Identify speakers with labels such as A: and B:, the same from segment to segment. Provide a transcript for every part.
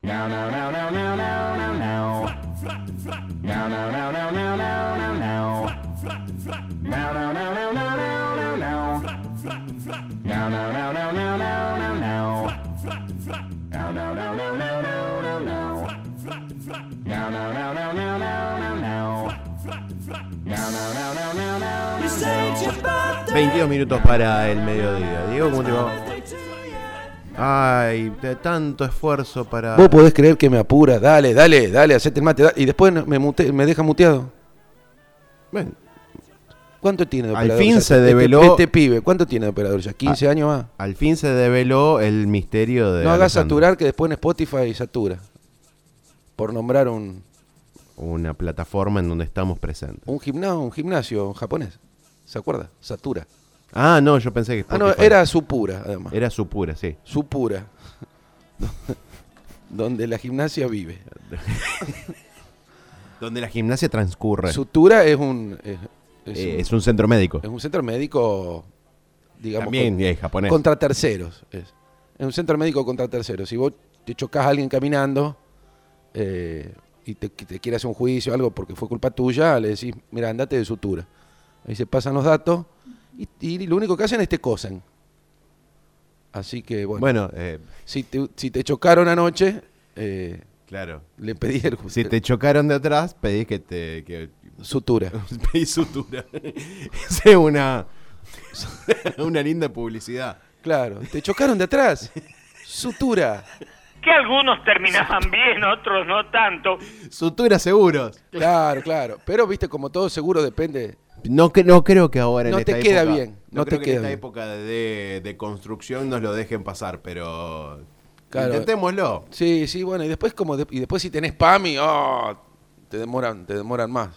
A: Now, now, now, now, now, now, now, now. Now, now, now, now, now, now, now, now. Now, now, now, now, now, now, now, now. Now, now, now, now, now, now, now, now. Now, now, now, now, now, now, now, now. Now, now, now, now, now, now, now, now. Now, now, now, now, now, now, now, now.
B: 22 minutos para el mediodía. Diego, ¿cómo te va? Ay, de tanto esfuerzo para.
C: Vos podés creer que me apura, dale, dale, dale, hacete el mate, da- y después me, mute- me deja muteado.
B: Bueno,
C: ¿Cuánto tiene de
B: Al
C: operador?
B: fin
C: ya?
B: se
C: Este-
B: develó-
C: Este, pibe, ¿cuánto tiene de operador ya? ¿15 años más?
B: al fin se develó el misterio de.
C: No hagas
B: Alejandro.
C: saturar que después en Spotify satura. Por nombrar un,
B: Una plataforma en donde estamos presentes.
C: un gimnasio, un gimnasio japonés. ¿Se acuerda? Satura.
B: Ah, no, yo pensé que.
C: Ah, no,
B: Spotify-
C: era Supura, además.
B: Era su pura, sí.
C: Supura. Donde la gimnasia vive.
B: Donde la gimnasia transcurre.
C: Sutura es un, es, es
B: Eh,
C: un,
B: es un centro médico.
C: es un centro médico, digamos,
B: También
C: con-
B: eh, japonés.
C: contra terceros. Es. Es un centro médico contra terceros. Si vos te chocas a alguien caminando eh, y te, que te quiere hacer un juicio o algo porque fue culpa tuya, le decís, mira, andate de sutura. Ahí se pasan los datos y, y lo único que hacen es te cosen. Así que, bueno,
B: Bueno, eh,
C: Si, te, si te chocaron anoche, eh,
B: claro.
C: le pedí el ju-
B: Si te chocaron de atrás, pedís que te. Que,
C: sutura.
B: pedís sutura. Esa es una. una linda publicidad.
C: Claro, te chocaron de atrás. Sutura.
D: Que algunos terminaban bien, otros no tanto.
B: Sutura seguros.
C: Claro, claro. Pero viste, como todo seguro depende.
B: No, cre- no creo que ahora en
C: No te
B: esta
C: queda
B: época-
C: bien,
B: No,
C: no
B: creo
C: te
B: que en esta
C: queda bien.
B: época de, de construcción nos lo dejen pasar, pero.
C: Claro.
B: Intentémoslo.
C: Sí, sí, bueno, y después como de- y después si tenés PAMI, oh, te demoran, te demoran más.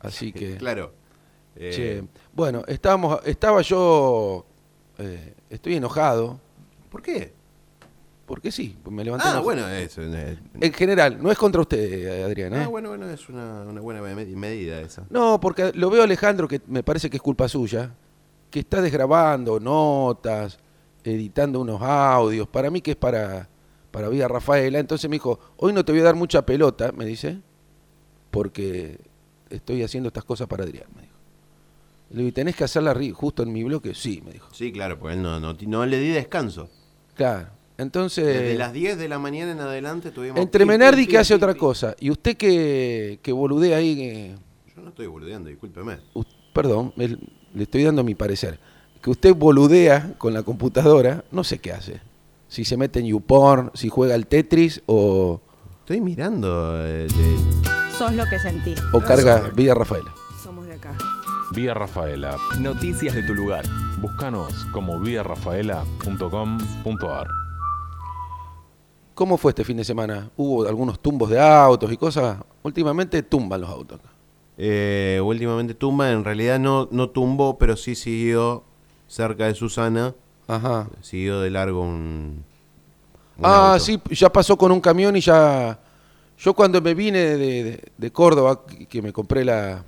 C: Así que.
B: Claro. Eh,
C: che. Bueno, estábamos, estaba yo eh, estoy enojado.
B: ¿Por qué?
C: Porque sí, me levanté.
B: Ah,
C: enojado.
B: bueno, es, es-
C: En general, no es contra usted, Adrián, ¿eh?
B: Ah, bueno, bueno, es una, una buena me- medida esa.
C: No, porque lo veo a Alejandro, que me parece que es culpa suya, que está desgrabando notas, editando unos audios, para mí que es para, para Vía Rafaela. Entonces me dijo, hoy no te voy a dar mucha pelota, me dice, porque estoy haciendo estas cosas para Adrián, me dijo. Le digo, ¿y tenés que hacerla ri- justo en mi bloque? Sí, me dijo.
B: Sí, claro, pues él no, no, no le di descanso.
C: Claro. Entonces...
B: Desde las 10 de la mañana en adelante tuvimos.
C: Entre
B: pi,
C: Menardi
B: pi,
C: que
B: pi,
C: hace
B: pi,
C: otra
B: pi.
C: cosa, y usted que, que boludea ahí... eh, que-
B: Yo no estoy boludeando, discúlpeme.
C: us- perdón, el- le estoy dando mi parecer, que usted boludea con la computadora, no sé qué hace. Si se mete en YouPorn, si juega al Tetris o,
B: Estoy mirando. eh, de-
E: Sos lo que sentís.
C: o carga Villa Rafaela.
E: Somos de acá.
F: Vía Rafaela. Noticias de tu lugar. Búscanos como viarafaela.com.ar.
C: ¿Cómo fue este fin de semana? Hubo algunos tumbos de autos y cosas. Últimamente tumban los autos.
B: Eh, últimamente tumba, en realidad no, no tumbó, pero sí siguió cerca de Susana.
C: Ajá.
B: Siguió de largo un. un
C: ah,
B: auto.
C: sí, ya pasó con un camión y ya... Yo cuando me vine de, de- de Córdoba, que- que me compré la,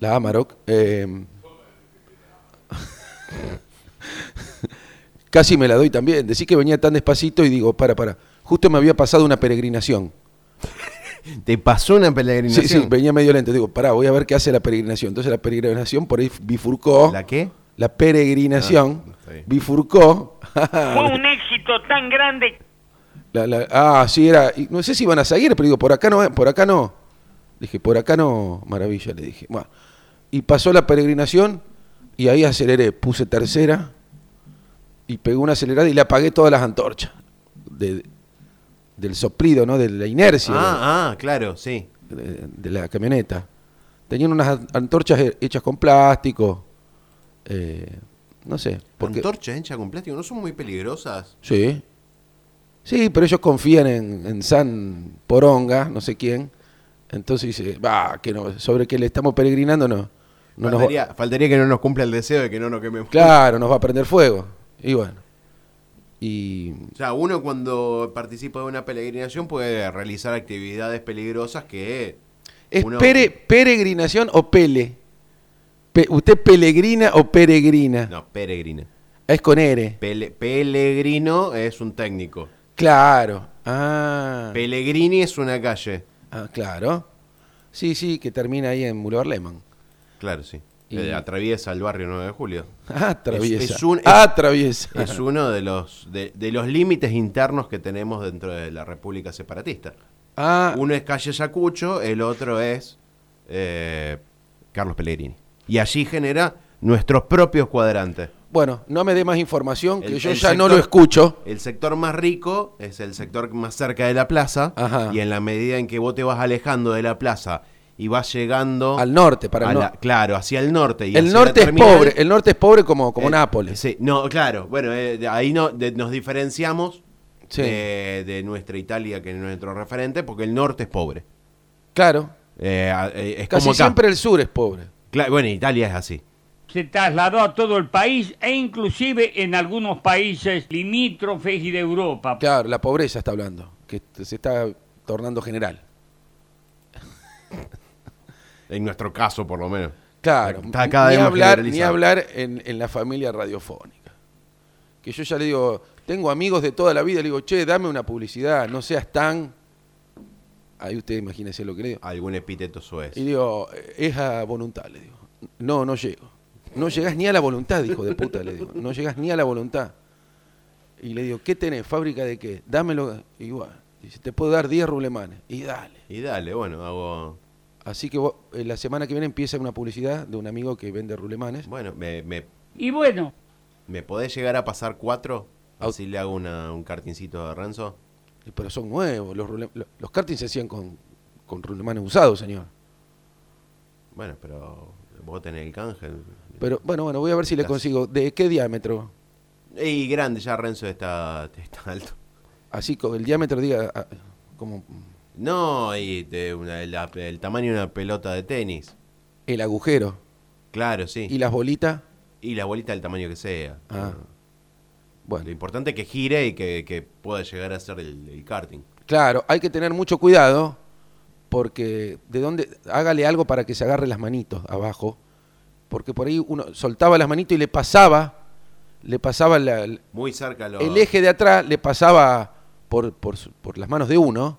C: la Amarok, eh, casi me la doy también. Decí que venía tan despacito y digo, para, para, justo me había pasado una peregrinación.
B: Te pasó una
C: Sí,
B: peregrinación.
C: sí, venía medio lento. Digo, pará, voy a ver qué hace la peregrinación. Entonces la peregrinación por ahí bifurcó.
B: ¿La qué?
C: La peregrinación
B: Ah, está bien.
C: bifurcó.
D: Fue un éxito tan grande
C: La- la- ah, sí, era. y No sé si iban a salir, pero digo, por acá no, eh, por acá no. Dije, por acá no, maravilla, le dije. Bueno, y pasó la peregrinación y ahí aceleré, puse tercera y pegué una acelerada y le apagué todas las antorchas. de- del soplido, ¿no? De la inercia
B: Ah, ah, claro, sí.
C: de, de la camioneta. Tenían unas an- antorchas he- hechas con plástico. eh, no sé. Porque,
B: Antorcha hecha con plástico, ¿no son muy peligrosas?
C: Sí. Sí, pero ellos confían en, en San Poronga, no sé quién. Entonces dice, va, que no, sobre que le estamos peregrinando no, no nos va,
B: faltaría, faltaría que no nos cumpla el deseo de que no nos quememos.
C: claro, nos va a prender fuego. Y bueno. Y
B: O sea, uno cuando participa de una peregrinación puede realizar actividades peligrosas que...
C: es
B: uno-
C: pere- peregrinación o pele. Pe- ¿Usted peregrina o peregrina?
B: No, peregrina.
C: Es con R.
B: Pele- Pellegrino es un técnico.
C: Claro. Ah,
B: Pellegrini es una calle.
C: ah, claro. Sí, sí, que termina ahí en Boulevard Lehman.
B: Claro, sí.
C: Y-
B: Eh, atraviesa el barrio 9 de julio.
C: Atraviesa.
B: Es- es un- es-
C: Ah, Atraviesa.
B: Es uno de los, de, de los límites internos que tenemos dentro de la República Separatista.
C: Ah,
B: Uno es calle Yacucho, el otro es eh, Carlos Pellegrini. Y allí genera nuestros propios cuadrantes.
C: bueno, no me dé más información que
B: El-
C: yo
B: el
C: ya no
B: sector-
C: lo escucho.
B: El sector más rico es el sector más cerca de la plaza.
C: Ajá.
B: Y en la medida en que vos te vas alejando de la plaza y vas llegando.
C: Al norte, para
B: a
C: el
B: la-
C: norte.
B: Claro, hacia el norte. y
C: El
B: hacia la
C: norte es
B: terminal,
C: pobre, el norte es pobre como, como
B: eh,
C: Nápoles.
B: Sí, no, claro. Bueno, eh, de- ahí no, de- nos diferenciamos
C: Sí.
B: de, de nuestra Italia, que es nuestro referente, porque el norte es pobre.
C: Claro.
B: Eh, a- eh, es
C: Casi
B: como acá.
C: siempre el sur es pobre.
B: Cla- bueno, Italia es así.
D: Se trasladó a todo el país e inclusive en algunos países limítrofes y de Europa.
C: Claro, la pobreza está hablando, que t- se está tornando general.
B: En nuestro caso, por lo menos.
C: Claro,
B: Está cada
C: ni
B: vez más
C: hablar, ni
B: generalizado.
C: hablar en, en la familia radiofónica. Que yo ya le digo, tengo amigos de toda la vida, le digo, che, dame una publicidad, no seas tan... Ahí usted imagínese lo que le digo.
B: Algún epíteto suez.
C: Y digo, "Eh, es a voluntad, le digo. No, no llego. No llegás ni a la voluntad, hijo de puta, le digo. No llegás ni a la voluntad. Y le digo, ¿qué tenés? ¿Fábrica de qué? Dámelo. Igual. Dice, te puedo dar 10 rublemanes. Y dale.
B: Y dale, bueno, hago.
C: Así que vos, eh, la semana que viene empieza una publicidad de un amigo que vende rulemanes.
B: Bueno, me, me,
D: Y bueno,
B: ¿me podés llegar a pasar cuatro?
C: Au-
B: Así le hago una- un cartincito de Renzo.
C: Y, Pero son nuevos. Los, rule- lo- los kartings se hacían con, con rulemanes usados, señor.
B: Bueno, pero vos tenés el canje.
C: Pero bueno, bueno, voy a ver si le consigo. ¿De qué diámetro?
B: Y grande, ya Renzo está, está alto.
C: Así con el diámetro diga ah, como
B: No, y de una- la- el tamaño de una pelota de tenis.
C: el agujero.
B: Claro, sí.
C: Y
B: Y,
C: las bolitas.
B: la bolita del tamaño que sea.
C: Ah. Bueno.
B: Lo importante es que gire y que, que pueda llegar a ser el, el karting.
C: Claro, hay que tener mucho cuidado porque de dónde hágale algo para que se agarre las manitos abajo, porque por ahí uno soltaba las manitos y le pasaba, le pasaba la- el
B: Muy cerca lo...
C: eje de atrás, le pasaba por, por su- por las manos de uno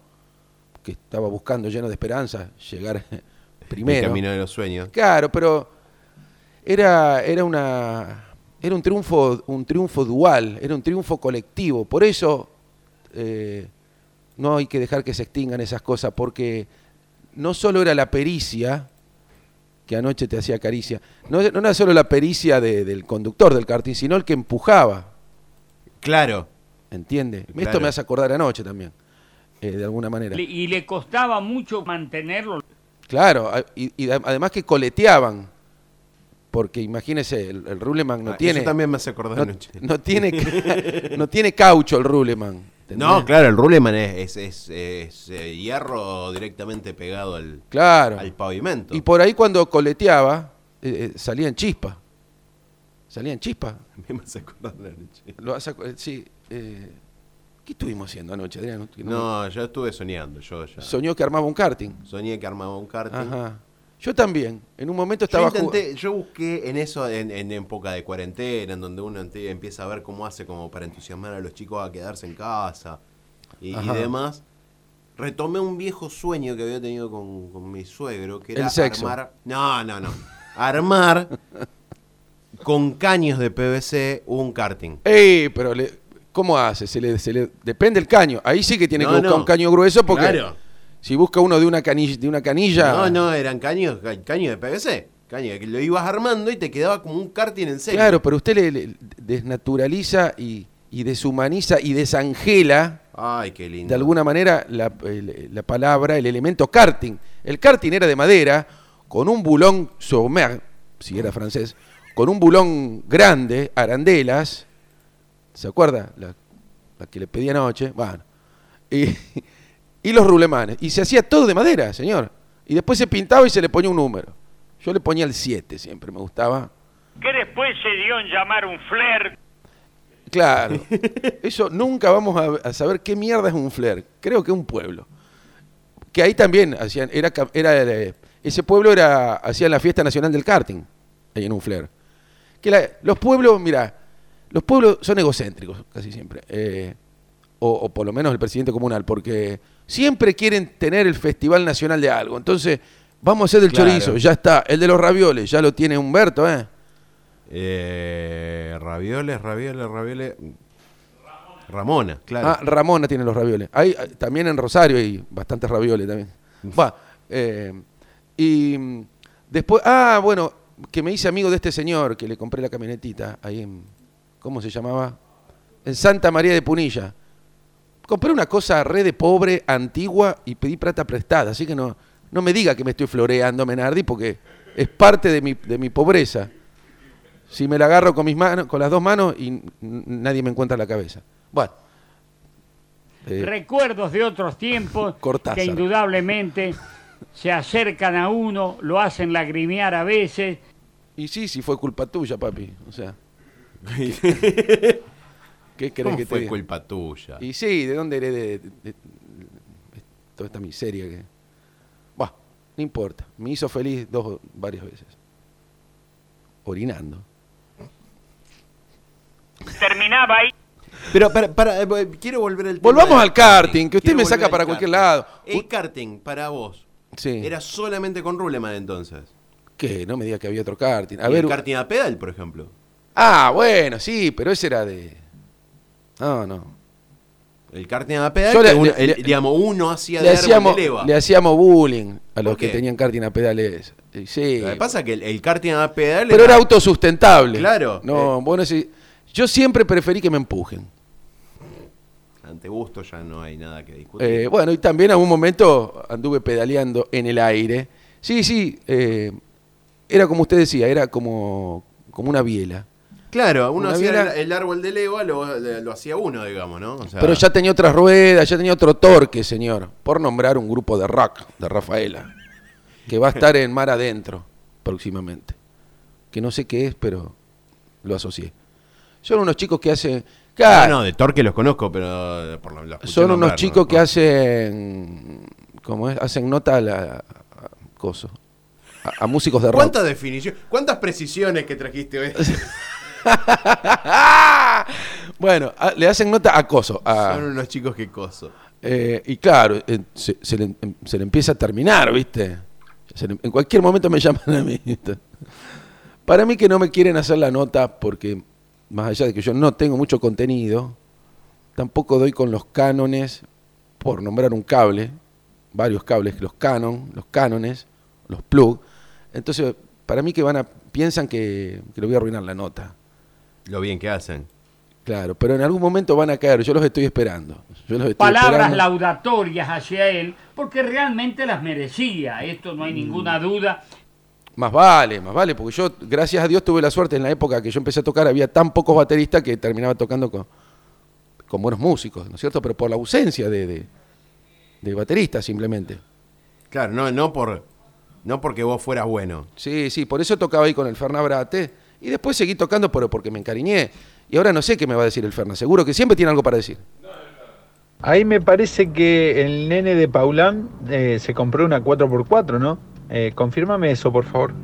C: que estaba buscando lleno de esperanza llegar
B: El
C: primero.
B: camino de los sueños.
C: Claro, pero era, era una. Era un triunfo, un triunfo dual, era un triunfo colectivo. Por eso eh, no hay que dejar que se extingan esas cosas, porque no solo era la pericia, que anoche te hacía caricia, no, no era solo la pericia de- del conductor del karting, sino el que empujaba,
B: Claro.
C: ¿entiendes? Esto
B: Claro.
C: me hace acordar anoche también, eh, de alguna manera.
D: le- y le costaba mucho mantenerlo.
C: Claro, a- y, y ad- además que coleteaban. Porque imagínese, el, el Ruleman no
B: Ah,
C: tiene.
B: Eso también me hace acordar
C: no,
B: anoche.
C: no tiene, ca- no tiene caucho el Ruleman. ¿entendés?
B: No, claro, el ruleman es, es- es- es, eh, hierro directamente pegado al,
C: Claro.
B: al pavimento.
C: Y por ahí cuando coleteaba, eh, eh, salían chispas. Salían chispas.
B: Me hace acordar de anoche.
C: Lo hace- eh, sí, eh, ¿Qué estuvimos haciendo anoche, Adrián? Que no
B: No, yo estuve soñando, yo ya.
C: me- Soñó que armaba un karting.
B: Soñé que armaba un karting.
C: Ajá. Yo también. En un momento
B: Yo
C: estaba jug-
B: intenté, yo busqué en eso, en, en época de cuarentena, en donde uno ente- empieza a ver cómo hace como para entusiasmar a los chicos a quedarse en casa y, y
C: Ajá.
B: demás. Retomé un viejo sueño que había tenido con, con mi suegro, que era
C: El sexo.
B: armar. No, no, no. Armar con caños de PVC un karting.
C: ¡Ey! Pero le- ¿cómo hace? Se le, se le- depende el caño. Ahí sí que tiene
B: No,
C: que buscar
B: no.
C: un caño grueso porque
B: Claro.
C: si busca uno de una canilla, de una canilla
B: No, no, eran caños, ca- caños de PVC. Caños que lo ibas armando y te quedaba como un karting en serio.
C: claro, pero usted le, le desnaturaliza y, y deshumaniza y desangela
B: Ay, qué lindo.
C: de alguna manera la, el- la palabra, el elemento karting. El karting era de madera con un bulón sommer, si era francés, con un bulón grande, arandelas, ¿se acuerda? La, la que le pedí anoche, bueno. Y, y los rulemanes. Y se hacía todo de madera, señor. Y después se pintaba y se le ponía un número. Yo le ponía el 7 siempre, me gustaba.
D: Que después se dio en llamar un flair.
C: Claro. Eso nunca vamos a, a saber qué mierda es un flair. Creo que un pueblo. Que ahí también hacían, era, ca- era eh, ese pueblo era, hacían la fiesta nacional del karting, ahí en un flair. Que la- los pueblos, mira, los pueblos son egocéntricos casi siempre. Eh, o, o por lo menos el presidente comunal, porque siempre quieren tener el Festival Nacional de algo. Entonces, vamos a hacer del
B: Claro.
C: chorizo, ya está. El de los ravioles, ya lo tiene Humberto, ¿eh?
B: Eh, ravioles, ravioles, ravioles. Ramona, claro.
C: Ah, Ramona tiene los ravioles. Hay, ah, también en Rosario hay bastantes ravioles también. Va. eh, y mm, después, ah, bueno, que me hice amigo de este señor que le compré la camionetita ahí en, ¿cómo se llamaba? En Santa María de Punilla. Compré una cosa re de pobre, antigua y pedí plata prestada. Así que no, no me diga que me estoy floreando, Menardi, porque es parte de mi, de mi pobreza. Si me la agarro con mis manos, con las dos manos y n- n- nadie me encuentra la cabeza. Bueno. eh,
D: Recuerdos de otros tiempos
C: Cortázar.
D: que indudablemente se acercan a uno, lo hacen lagrimear a veces.
C: y sí, sí fue culpa tuya, papi. O sea, ¿qué crees
B: ¿Cómo
C: que te
B: fue
C: diga?
B: culpa tuya?
C: Y sí, ¿de dónde heredé de- de- de- toda esta miseria que. Bah, no importa. Me hizo feliz dos varias veces. Orinando.
D: Terminaba ahí.
B: Pero para, para, eh, vo- quiero volver al tema
C: Volvamos
B: del
C: al karting, que usted
B: Quiero
C: me
B: volver
C: saca
B: al
C: para cualquier lado.
B: El
C: U-
B: karting, para vos,
C: Sí.
B: era solamente con Ruleman entonces.
C: ¿Qué? No me diga que había otro karting. A
B: Y
C: ver.
B: el karting a pedal, por ejemplo.
C: Ah, bueno, sí, pero ese era de. No, no.
B: El karting a pedal,
C: Yo
B: que
C: le-
B: uno-
C: le-
B: el-
C: le-
B: digamos, uno hacía de
C: Le
B: árbol
C: hacíamos,
B: de leva.
C: le hacíamos bullying a los
B: ¿Por
C: que
B: qué?
C: tenían karting a pedales. Y Sí.
B: Lo que pasa es que el, el karting a pedal
C: Pero era autosustentable.
B: Claro. Eh.
C: No, bueno, sí. Yo siempre preferí que me empujen.
B: Ante gusto ya no hay nada que discutir.
C: Eh, bueno, y también a un momento anduve pedaleando en el aire. Sí, sí. eh, era como usted decía, era como, como una biela.
B: claro, uno
C: una
B: hacía
C: biela-
B: el, el árbol de leva, lo, lo hacía uno, digamos, ¿no? O sea,
C: Pero ya tenía otras ruedas, ya tenía otro torque, señor. Por nombrar un grupo de rock de Rafaela. Que va a estar en Mar Adentro próximamente. Que no sé qué es, pero lo asocié. Son unos chicos que hacen.
B: Ah,
C: Claro,
B: no, de Torque los conozco, pero eh, por lo- los escuché
C: son unos
B: nombrar,
C: chicos
B: ¿no?
C: que hacen. ¿Cómo es? Hacen nota a la. a- a- coso. A, a músicos de rock.
B: ¿Cuántas definiciones, cuántas precisiones que trajiste hoy?
C: Bueno, a- le hacen nota a coso. a-
B: Son unos chicos que coso.
C: Eh, y claro, eh, se, se le, em- se le empieza a terminar, ¿viste? Se le- en cualquier momento me llaman a mí. ¿viste? Para mí que no me quieren hacer la nota porque, más allá de que yo no tengo mucho contenido, tampoco doy con los cánones, por nombrar un cable, varios cables, los canon, los cánones, los plug. Entonces, para mí que van a, piensan que, que le voy a arruinar la nota.
B: Lo bien que hacen.
C: Claro, pero en algún momento van a caer, yo los estoy esperando. Yo los estoy
D: palabras
C: esperando.
D: laudatorias hacia él, porque realmente las merecía, esto no hay
C: Mm.
D: ninguna duda.
C: Más vale, más vale, porque yo, gracias a Dios, tuve la suerte en la época que yo empecé a tocar, había tan pocos bateristas que terminaba tocando con, con buenos músicos, ¿no es cierto? Pero por la ausencia de, de, de bateristas simplemente.
B: Claro, no, no por no porque vos fueras bueno.
C: Sí, sí, por eso tocaba ahí con el Ferna Brate y después seguí tocando pero porque me encariñé. Y ahora no sé qué me va a decir el Ferna, seguro que siempre tiene algo para decir.
G: Ahí me parece que el nene de Paulán eh, se compró una 4x4, ¿no? Eh, confírmame eso, por favor.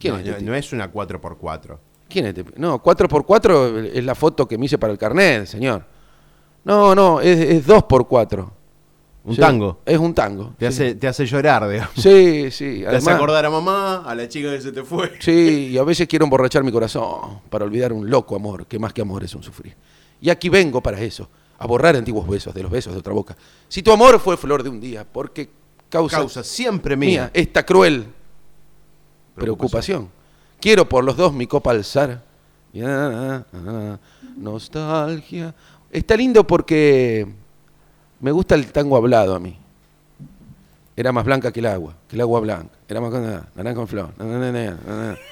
C: ¿Quién
B: no,
C: es este
B: no-
C: tipo?
B: no es una 4x4.
C: ¿Quién es? este? No, 4x4 es la foto que me hice para el carnet, señor. No, no, es, es 2x4.
B: Un
C: Sí,
B: tango.
C: Es un tango.
B: Te, hace, te hace llorar, digamos.
C: Sí, sí.
B: te hace
C: Además,
B: acordar a mamá, a la chica que se te fue.
C: Sí, y a veces quiero emborrachar mi corazón para olvidar un loco amor, que más que amor es un sufrir. Y aquí vengo para eso, a borrar antiguos besos de los besos de otra boca. Si tu amor fue flor de un día, porque causa,
B: Causa siempre
C: mía
B: mía.
C: esta cruel preocupación. Quiero por los dos mi copa alzar. Ya, ah, nostalgia. Está lindo porque me gusta el tango hablado a mí. Era más blanca que el agua, que el agua blanca. Era más con- ah, naranja con flor. na, na, na, na, na, na. Y
B: Vos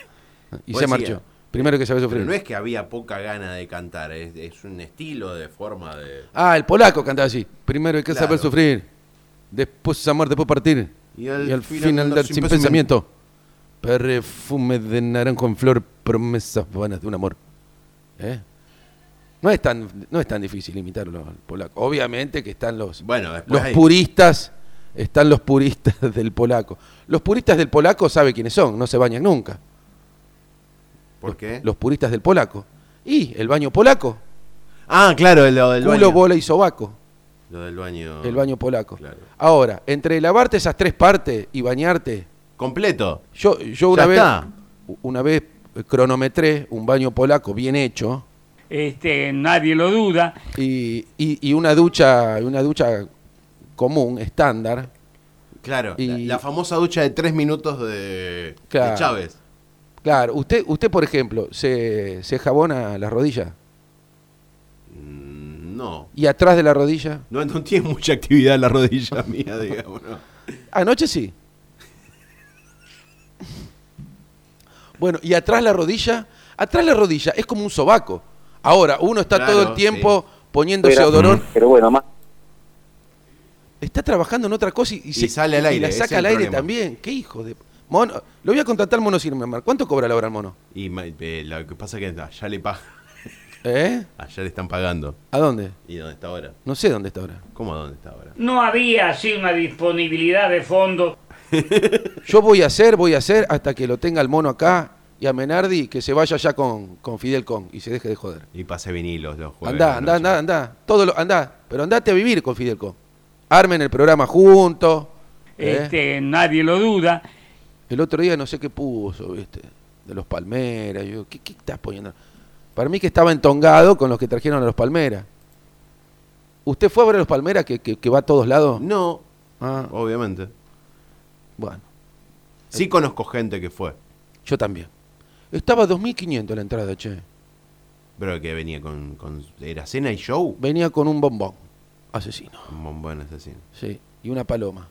C: se
B: decías,
C: marchó. Primero que sabe
B: Pero
C: sufrir.
B: no es que había poca gana de cantar, es, es un estilo de forma de.
C: Ah, el polaco cantaba así. Primero hay que saber
B: Claro.
C: sufrir. Después amar, después partir. Y al, final, andar sin pensamiento. Perfume de naranjo en flor, promesas vanas de un amor. ¿Eh? No es tan, no es tan difícil imitarlo al polaco. Obviamente que están los,
B: Bueno, después.
C: los
B: hay-
C: puristas, están los puristas del polaco. Los puristas del polaco sabe quiénes son, no se bañan nunca.
B: ¿Por qué?
C: Los puristas del polaco. Y el baño polaco.
B: Ah, claro, lo del
C: Culo,
B: baño.
C: bola y sobaco.
B: Lo del baño.
C: El baño polaco.
B: Ah, Claro.
C: Ahora, entre lavarte esas tres partes y bañarte,
B: Completo.
C: yo, yo una
B: Ya
C: vez
B: está.
C: una vez cronometré un baño polaco bien hecho
D: Este, nadie lo duda.
C: y, y- y una ducha, una ducha común, estándar,
B: Claro.
C: Y-
B: La, la famosa ducha de tres minutos de,
C: Claro.
B: de Chávez.
C: Claro, usted, usted por ejemplo, se, se jabona las rodillas
B: Mm, No.
C: y atrás de la rodilla.
B: No, no tiene mucha actividad la rodilla mía, digamos. ¿no?
C: Anoche sí. Bueno, y atrás la rodilla, atrás la rodilla es como un sobaco. Ahora, uno está
B: Claro,
C: todo el tiempo poniéndose odorón,
H: Pero bueno, más.
C: está trabajando en otra cosa y, y se,
B: sale al
C: y- y
B: aire,
C: la
B: ese es
C: saca
B: el
C: al aire
B: problema.
C: también. ¿Qué hijo de mono? Lo voy a contratar al mono Silmerman. ¿Cuánto cobra la hora al mono?
B: Y ma- eh, lo que pasa es que allá le pa-
C: ¿Eh?
B: allá le están pagando.
C: ¿A dónde?
B: ¿Y dónde está ahora?
C: No sé dónde está ahora.
B: ¿Cómo dónde está ahora?
D: No había así una disponibilidad de fondos.
C: Yo voy a hacer, voy a hacer hasta que lo tenga el mono acá y a Menardi que se vaya ya con, con Fidel Con y se deje de joder.
B: Y pase vinilos los jueves.
C: andá,
B: de la
C: andá,
B: noche.
C: andá, andá. Todo lo, andá, pero andate a vivir con Fidel Con. Armen el programa juntos. ¿eh?
D: Este, nadie lo duda.
C: El otro día no sé qué puso, ¿viste? De los Palmeras. Yo, ¿qué, qué estás poniendo? Para mí que estaba entongado con los que trajeron a los Palmeras. ¿Usted fue a ver a los Palmeras que, que- que va a todos lados?
B: No,
C: Ah,
B: obviamente.
C: bueno, Eh.
B: Sí conozco gente que fue,
C: yo también. Estaba 2.500 la entrada, che.
B: pero que venía con, con era cena y show.
C: Venía con un bombón. Asesino.
B: Un bombón asesino.
C: Sí. Y una paloma.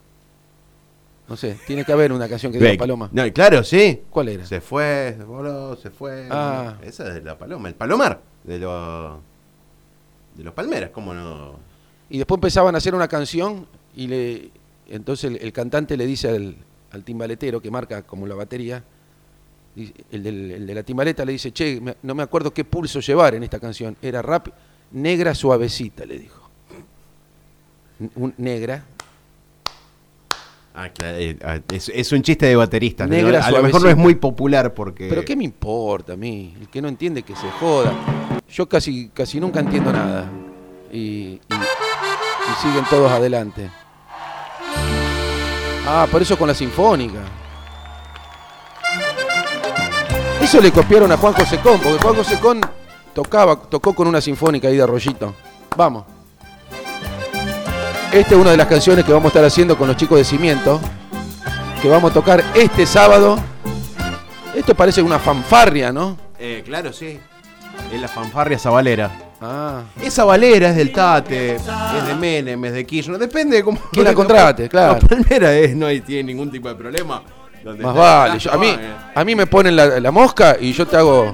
C: No sé, tiene que haber una canción que diga
B: Ve-
C: paloma.
B: No, claro, sí.
C: ¿Cuál era?
B: Se fue, se voló, se fue.
C: Ah.
B: Esa es de la paloma, el palomar de los de los palmeras, cómo no.
C: Y después empezaban a hacer una canción y le entonces el, el cantante le dice al, al timbaletero que marca como la batería, dice- el, del- el de la timbaleta le dice, che, me- no me acuerdo qué pulso llevar en esta canción. Era rap, negra suavecita, le dijo. N- un- negra.
B: Ah, claro, eh, ah, es, es un chiste de baterista. ¿no?
C: Negra
B: A lo mejor no es
C: suavecita.
B: muy popular porque
C: Pero qué me importa a mí, el que no entiende que se joda. Yo casi, casi nunca entiendo nada. Y, y- y siguen todos adelante. Ah, por eso con la sinfónica. Eso le copiaron a Juan José Con, porque Juan José Con tocaba, tocó con una sinfónica ahí de arroyito. Vamos. Esta es una de las canciones que vamos a estar haciendo con los chicos de Cimiento, que vamos a tocar este sábado. Esto parece una fanfarria, ¿no?
B: Eh, claro, sí. Es la fanfarria sabalera.
C: Ah,
B: Esa valera es del Tate, es de Menem, es de Kirchner, depende de cómo.
C: ¿Quién la contrate? Claro.
B: La palmera es, no hay- tiene ningún tipo de problema. Donde
C: más
B: está-
C: vale. Yo- a, mí,
B: eh.
C: a mí me ponen la, la mosca y yo te hago.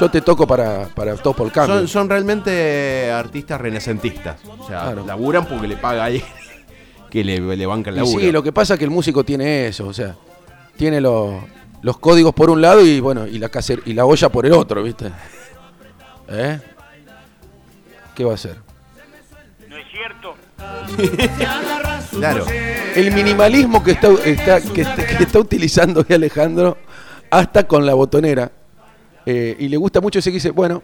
C: Yo te toco para, para todos por el cambio.
B: Son, son realmente artistas renacentistas. O sea,
C: Claro.
B: laburan porque le paga ahí que le, le bancan
C: Y
B: laburo.
C: sí, lo que pasa es que el músico tiene eso, o sea, tiene los, los códigos por un lado y bueno, y la cacer- y la olla por el otro, ¿viste? ¿Eh? ¿Qué va a hacer?
D: No es cierto.
B: Claro.
C: El minimalismo que está, está- que, está- que está utilizando hoy Alejandro, hasta con la botonera. eh, y le gusta mucho ese que dice, bueno,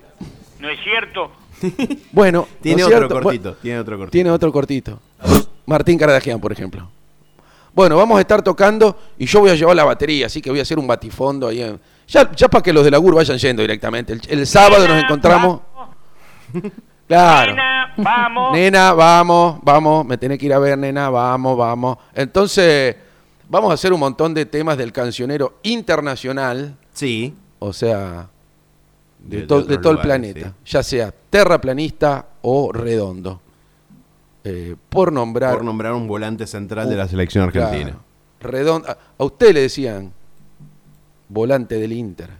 D: No es cierto.
C: bueno.
B: Tiene
C: ¿no es
B: otro
C: cierto? Bu-
B: cortito. Tiene otro cortito.
C: Tiene otro cortito. Martín Cardagian, por ejemplo. Bueno, vamos a estar tocando y yo voy a llevar la batería, así que voy a hacer un batifondo ahí. en- Ya, ya para que los de la GUR vayan yendo directamente. El, el sábado nos encontramos. Claro.
D: Nena, vamos.
C: Nena, vamos, vamos, me tenés que ir a ver, nena, vamos, vamos. Entonces, vamos a hacer un montón de temas del cancionero internacional,
B: Sí.
C: o sea, de,
B: De- de
C: to- de
B: otros
C: todo el
B: lugares,
C: planeta, ya sea terraplanista o redondo. Eh, por nombrar.
B: Por nombrar un volante central de
C: un-
B: la selección argentina.
C: claro, redondo. A, a usted le decían volante del Inter,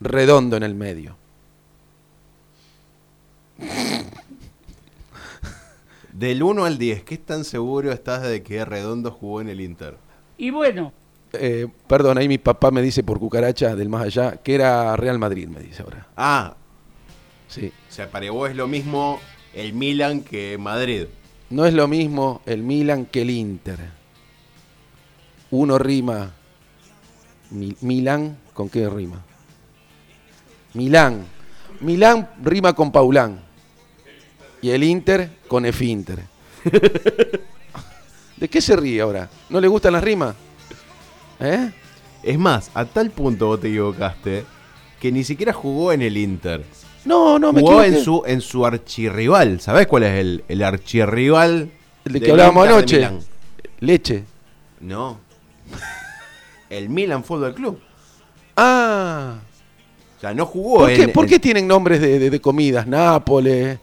C: redondo en el medio.
B: Del 1 al 10, ¿qué tan seguro estás de que Redondo jugó en el Inter?
D: Y bueno,
C: Eh, perdón, ahí mi papá me dice por cucaracha del más allá que era Real Madrid, me dice ahora.
B: Ah,
C: Sí.
B: o sea, para vos es lo mismo el Milan que Madrid.
C: No es lo mismo el Milan que el Inter. Uno rima. Mi- Milan, ¿con qué rima? Milán. Milán rima con Paulán. Y el Inter con Efinter. ¿De qué se ríe ahora? ¿No le gustan las rimas? ¿Eh?
B: Es más, a tal punto vos te equivocaste que ni siquiera jugó en el Inter.
C: No, no, me
B: jugó
C: equivoqué.
B: en su, en su archirrival. ¿Sabés cuál es el, el archirrival?
C: El de que
B: del
C: hablábamos
B: Inter de
C: anoche.
B: Milán?
C: Leche.
B: no. El Milan Fútbol Club.
C: Ah.
B: O sea, no jugó
C: ¿Por qué,
B: en-
C: por
B: en
C: qué tienen nombres de, de- de comidas? Nápoles,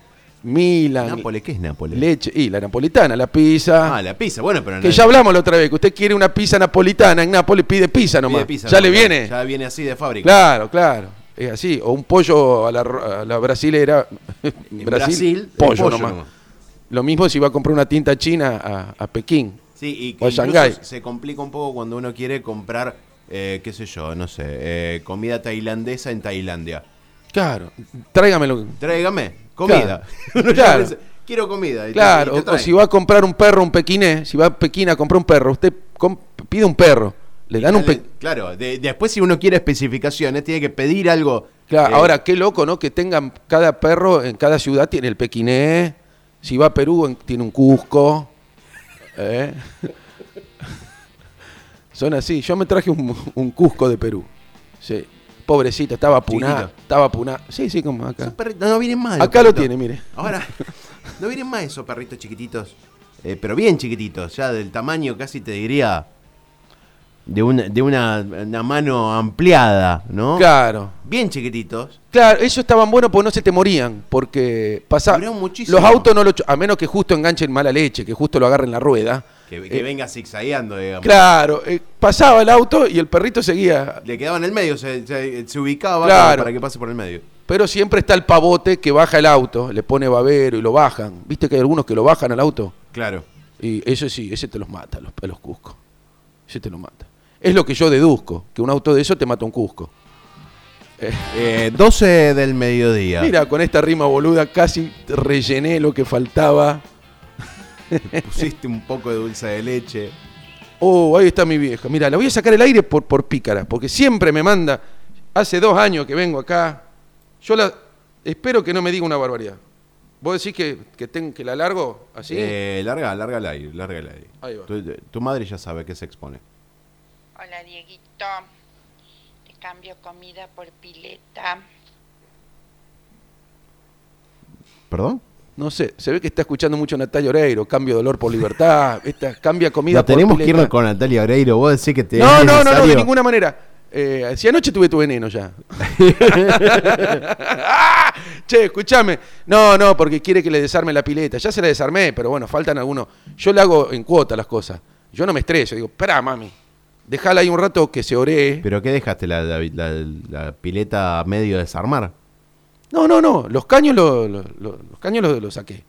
C: Milan,
B: Nápoles. ¿Qué es Nápoles?
C: leche. Y la napolitana, la pizza.
B: Ah, la pizza. Bueno, pero
C: que
B: no-
C: ya hablamos la otra vez, que usted quiere una pizza napolitana en Nápoles, pide pizza
B: pide
C: nomás.
B: pizza,
C: ya
B: no,
C: le
B: no,
C: viene.
B: Ya viene así de fábrica.
C: Claro, claro. Es así. O un pollo a la, ro- a la brasilera.
B: En
C: Brasil,
B: Brasil, eh, el
C: pollo, nomás. Lo mismo si va a comprar una tinta china a, a Pekín.
B: Sí, y
C: O
B: que incluso
C: Shanghái.
B: se complica un poco cuando uno quiere comprar, eh, qué sé yo, no sé, eh, comida tailandesa en Tailandia.
C: Claro. Tráigamelo.
B: Tráigame, comida.
C: Claro.
B: Uno ya
C: Claro.
B: dice, Quiero comida. y te-
C: Claro,
B: y te
C: o- o,
B: traen.
C: si va a comprar un perro, un pequinés, si va a Pekín a comprar un perro, usted com- pide un perro, le dan un pe-
B: Claro, de- después si uno quiere especificaciones, tiene que pedir algo.
C: Claro,
B: eh,
C: ahora qué loco, ¿no? Que tengan cada perro en cada ciudad tiene el pequinés, si va a Perú en- tiene un Cusco. ¿eh? Son así, yo me traje un, un Cusco de Perú. Sí. Pobrecito, estaba puná,
B: Chiquito.
C: estaba puná. Sí, sí, como acá.
B: esos perritos no vienen más. los
C: Acá lo
B: perritos.
C: tiene, mire.
B: Ahora, no vienen más esos perritos chiquititos, eh, pero bien chiquititos, ya del tamaño casi te diría de una, de una, una mano ampliada, ¿no?
C: Claro.
B: Bien chiquititos.
C: Claro, esos estaban buenos porque no se te morían, porque pasaban.
B: Duraron muchísimo.
C: Los autos no lo cho- a menos que justo enganchen mala leche, que justo lo agarren la rueda.
B: Que, que
C: Eh,
B: venga zigzagueando, digamos.
C: Claro, eh, pasaba el auto y el perrito seguía.
B: Le quedaba en el medio, se, se- se ubicaba
C: Claro.
B: para que pase por el medio.
C: Pero siempre está el pavote que baja el auto, le pone babero y lo bajan. ¿Viste que hay algunos que lo bajan al auto?
B: Claro.
C: Y eso sí, ese te los mata, a los, a los Cusco. Ese te los mata. Es lo que yo deduzco, que un auto de eso te mata un Cusco.
B: Eh, 12 del mediodía.
C: Mira, con esta rima boluda casi rellené lo que faltaba.
B: Pusiste un poco de dulce de leche.
C: Oh, ahí está mi vieja. Mira, la voy a sacar el aire por, por pícara, porque siempre me manda. Hace dos años que vengo acá. Yo la. Espero que no me diga una barbaridad. ¿Vos decís que, que, ten- que la largo así?
B: Eh, larga, larga el aire, larga el aire.
C: Ahí va.
B: Tu, eh, tu madre ya sabe que se expone.
H: Hola Dieguito, te cambio comida por pileta.
B: ¿Perdón?
C: No sé, se ve que está escuchando mucho a Natalia Oreiro, cambio dolor por libertad, esta, cambia comida
B: No tenemos
C: por
B: que irnos
C: pileta.
B: con Natalia Oreiro. Vos decís que te.
C: No,
B: es
C: no, no, no, de
B: necesario.
C: ninguna manera. Eh, si anoche tuve tu veneno ya. Ah, che, escúchame. No, no, porque quiere que le desarme la pileta. Ya se la desarmé, pero bueno, faltan algunos. Yo le hago en cuota las cosas. Yo no me estreso. Digo, pará, mami. Dejala ahí un rato que se ore.
B: ¿Pero qué dejaste? ¿La, la- la- la pileta a medio desarmar?
C: No, no, no. Los caños lo- lo- lo- los caños los los saqué.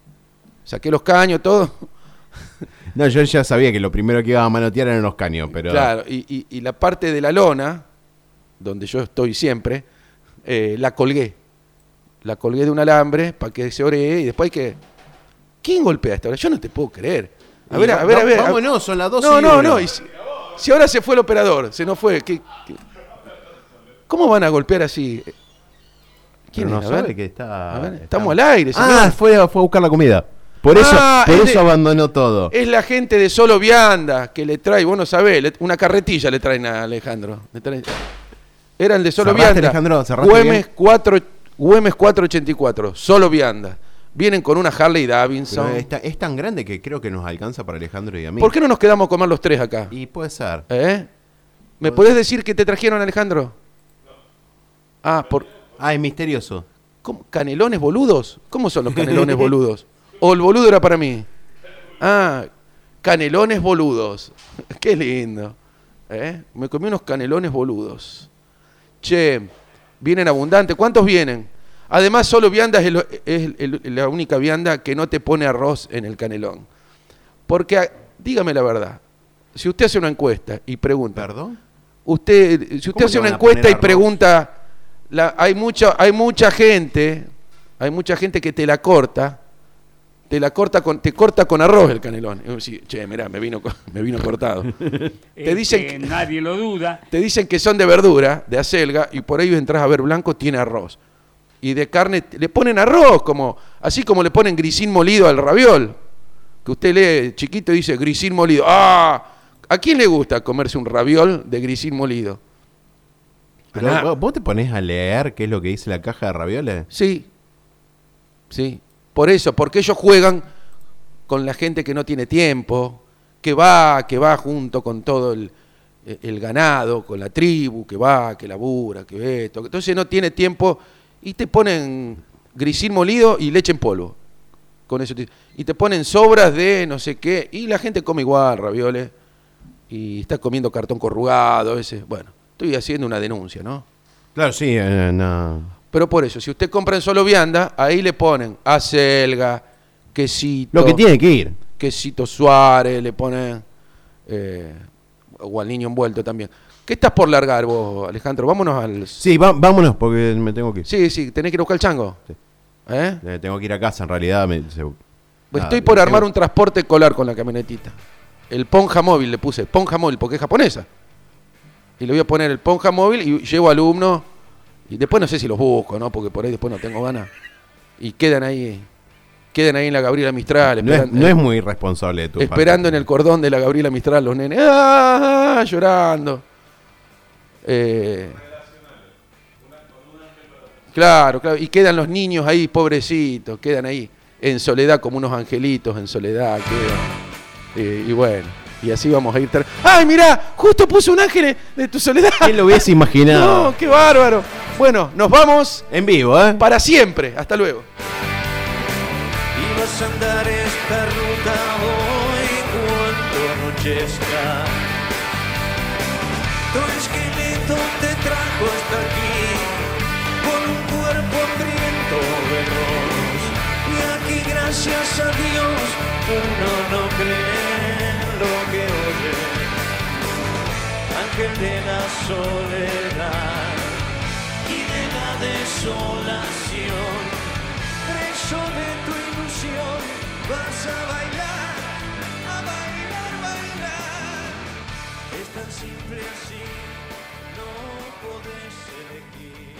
C: Saqué los caños, todo.
B: No, yo ya sabía que lo primero que iba a manotear eran los caños, pero.
C: Claro, y, y- y la parte de la lona, donde yo estoy siempre, eh, la colgué. La colgué de un alambre para que se ore y después hay que... ¿Quién golpea hasta ahora? Yo no te puedo creer. A
B: Y
C: ver,
B: va-
C: a ver, a
B: va-
C: ver. a-
B: vámonos, son las 12
C: No,
B: y
C: no,
B: una.
C: no. y si, si ahora se fue el operador, se nos fue. ¿qué- qué- ¿Cómo van a golpear así?
B: ¿Quién no
C: es? A ver.
B: sabe que está.
C: A ver, estamos al aire,
B: Ah,
C: señor.
B: fue, a- fue a buscar la comida. Por eso,
C: Ah,
B: por
C: es
B: eso
C: de-
B: abandonó todo.
C: Es la gente de Solo Vianda que le trae, vos no sabés, le- una carretilla le traen a Alejandro. Le traen- eran de Solo
B: Cerraste,
C: Vianda.
B: Alejandro, cerraste
C: Güemes,
B: bien.
C: 4, Güemes 484, Solo Vianda. Vienen con una Harley
B: Pero
C: Davidson.
B: es, ta- es tan grande que creo que nos alcanza para Alejandro y a mí.
C: ¿Por qué no nos quedamos a comer los tres acá?
B: Y puede ser.
C: ¿Eh? ¿Me podés decir qué te trajeron, Alejandro? Ah, por,
B: Ah, es misterioso.
C: ¿cómo? ¿canelones boludos? ¿Cómo son los canelones boludos? ¿O el boludo era para mí? Ah, canelones boludos. Qué lindo. ¿Eh? Me comí unos canelones boludos. Che, vienen abundantes. ¿Cuántos vienen? Además, solo vianda es, el- es el- la única vianda que no te pone arroz en el canelón. Porque, ah, dígame la verdad, si usted hace una encuesta y pregunta,
B: ¿Perdón?
C: Usted, eh, si
B: ¿Cómo
C: usted hace
B: le
C: una
B: van a poner
C: encuesta y
B: arroz?
C: pregunta, la- hay, mucha, hay mucha gente, hay mucha gente que te la corta, te la corta con, te corta con arroz el canelón. Y vos decís, che, mirá, me vino, co- me vino cortado. te, dicen que,
D: Este, Nadie lo duda.
C: te dicen que son de verdura, de acelga, y por ahí entras a ver blanco, tiene arroz. Y de carne t- le ponen arroz, como, así como le ponen grisín molido al raviol. Que usted lee chiquito y dice grisín molido. ¡Ah! ¿A quién le gusta comerse un raviol de grisín molido?
B: Pero
C: Ana-
B: vos- ¿Vos te pones a leer qué es lo que dice la caja de ravioles?
C: Sí. Sí. Por eso, porque ellos juegan con la gente que no tiene tiempo, que va, que va junto con todo el, e-, el ganado, con la tribu, que va, que labura, que esto. Entonces no tiene tiempo y te ponen grisín molido y leche en polvo. Con eso te- y te ponen sobras de no sé qué. Y la gente come igual, ravioles. Y está comiendo cartón corrugado, ese. Bueno, estoy haciendo una denuncia, ¿no?
B: Claro, sí, eh, no.
C: Pero por eso, si usted compra en solo vianda, ahí le ponen acelga, quesito.
B: Lo que tiene que ir.
C: Quesito Suárez, le ponen. eh, o al niño envuelto también. ¿Qué estás por largar vos, Alejandro? Vámonos al.
B: Sí, va- vámonos porque me tengo que ir.
C: Sí, sí, tenés que ir a buscar el chango.
B: Sí.
C: ¿Eh?
B: Eh, tengo que ir a casa, en realidad. me- se-
C: Pues
B: nada,
C: Estoy por
B: tengo-
C: armar un transporte escolar con la camionetita. El Ponja Móvil le puse, Ponja Móvil, porque es japonesa. Y le voy a poner el Ponja Móvil y llevo alumnos. Y después no sé si los busco, ¿no? Porque por ahí después no tengo ganas. Y quedan ahí, quedan ahí en la Gabriela Mistral,
B: No es,
C: esperan-
B: no es muy irresponsable de tu parte.
C: esperando en el cordón de la Gabriela Mistral los nenes. ¡Ah! Llorando. Eh, claro, claro. Y quedan los niños ahí, pobrecitos, quedan ahí en soledad como unos angelitos en soledad. quedan. Eh, y bueno, y así vamos a ir. tra- ¡Ay, mirá! Justo puso un ángel de tu soledad.
B: ¿Quién lo hubiese imaginado?
C: No, qué bárbaro. Bueno, nos vamos
B: En vivo, ¿eh?
C: para siempre. Hasta luego.
I: Y vas a andar esta ruta hoy cuando anochezca. Tu esqueleto te trajo hasta aquí con un cuerpo hambriento veloz. Y aquí gracias a Dios uno no cree en lo que oye. Ángel de la soledad y de la desolación preso de tu ilusión, vas a bailar, a bailar, bailar. Es tan simple así, no podés elegir.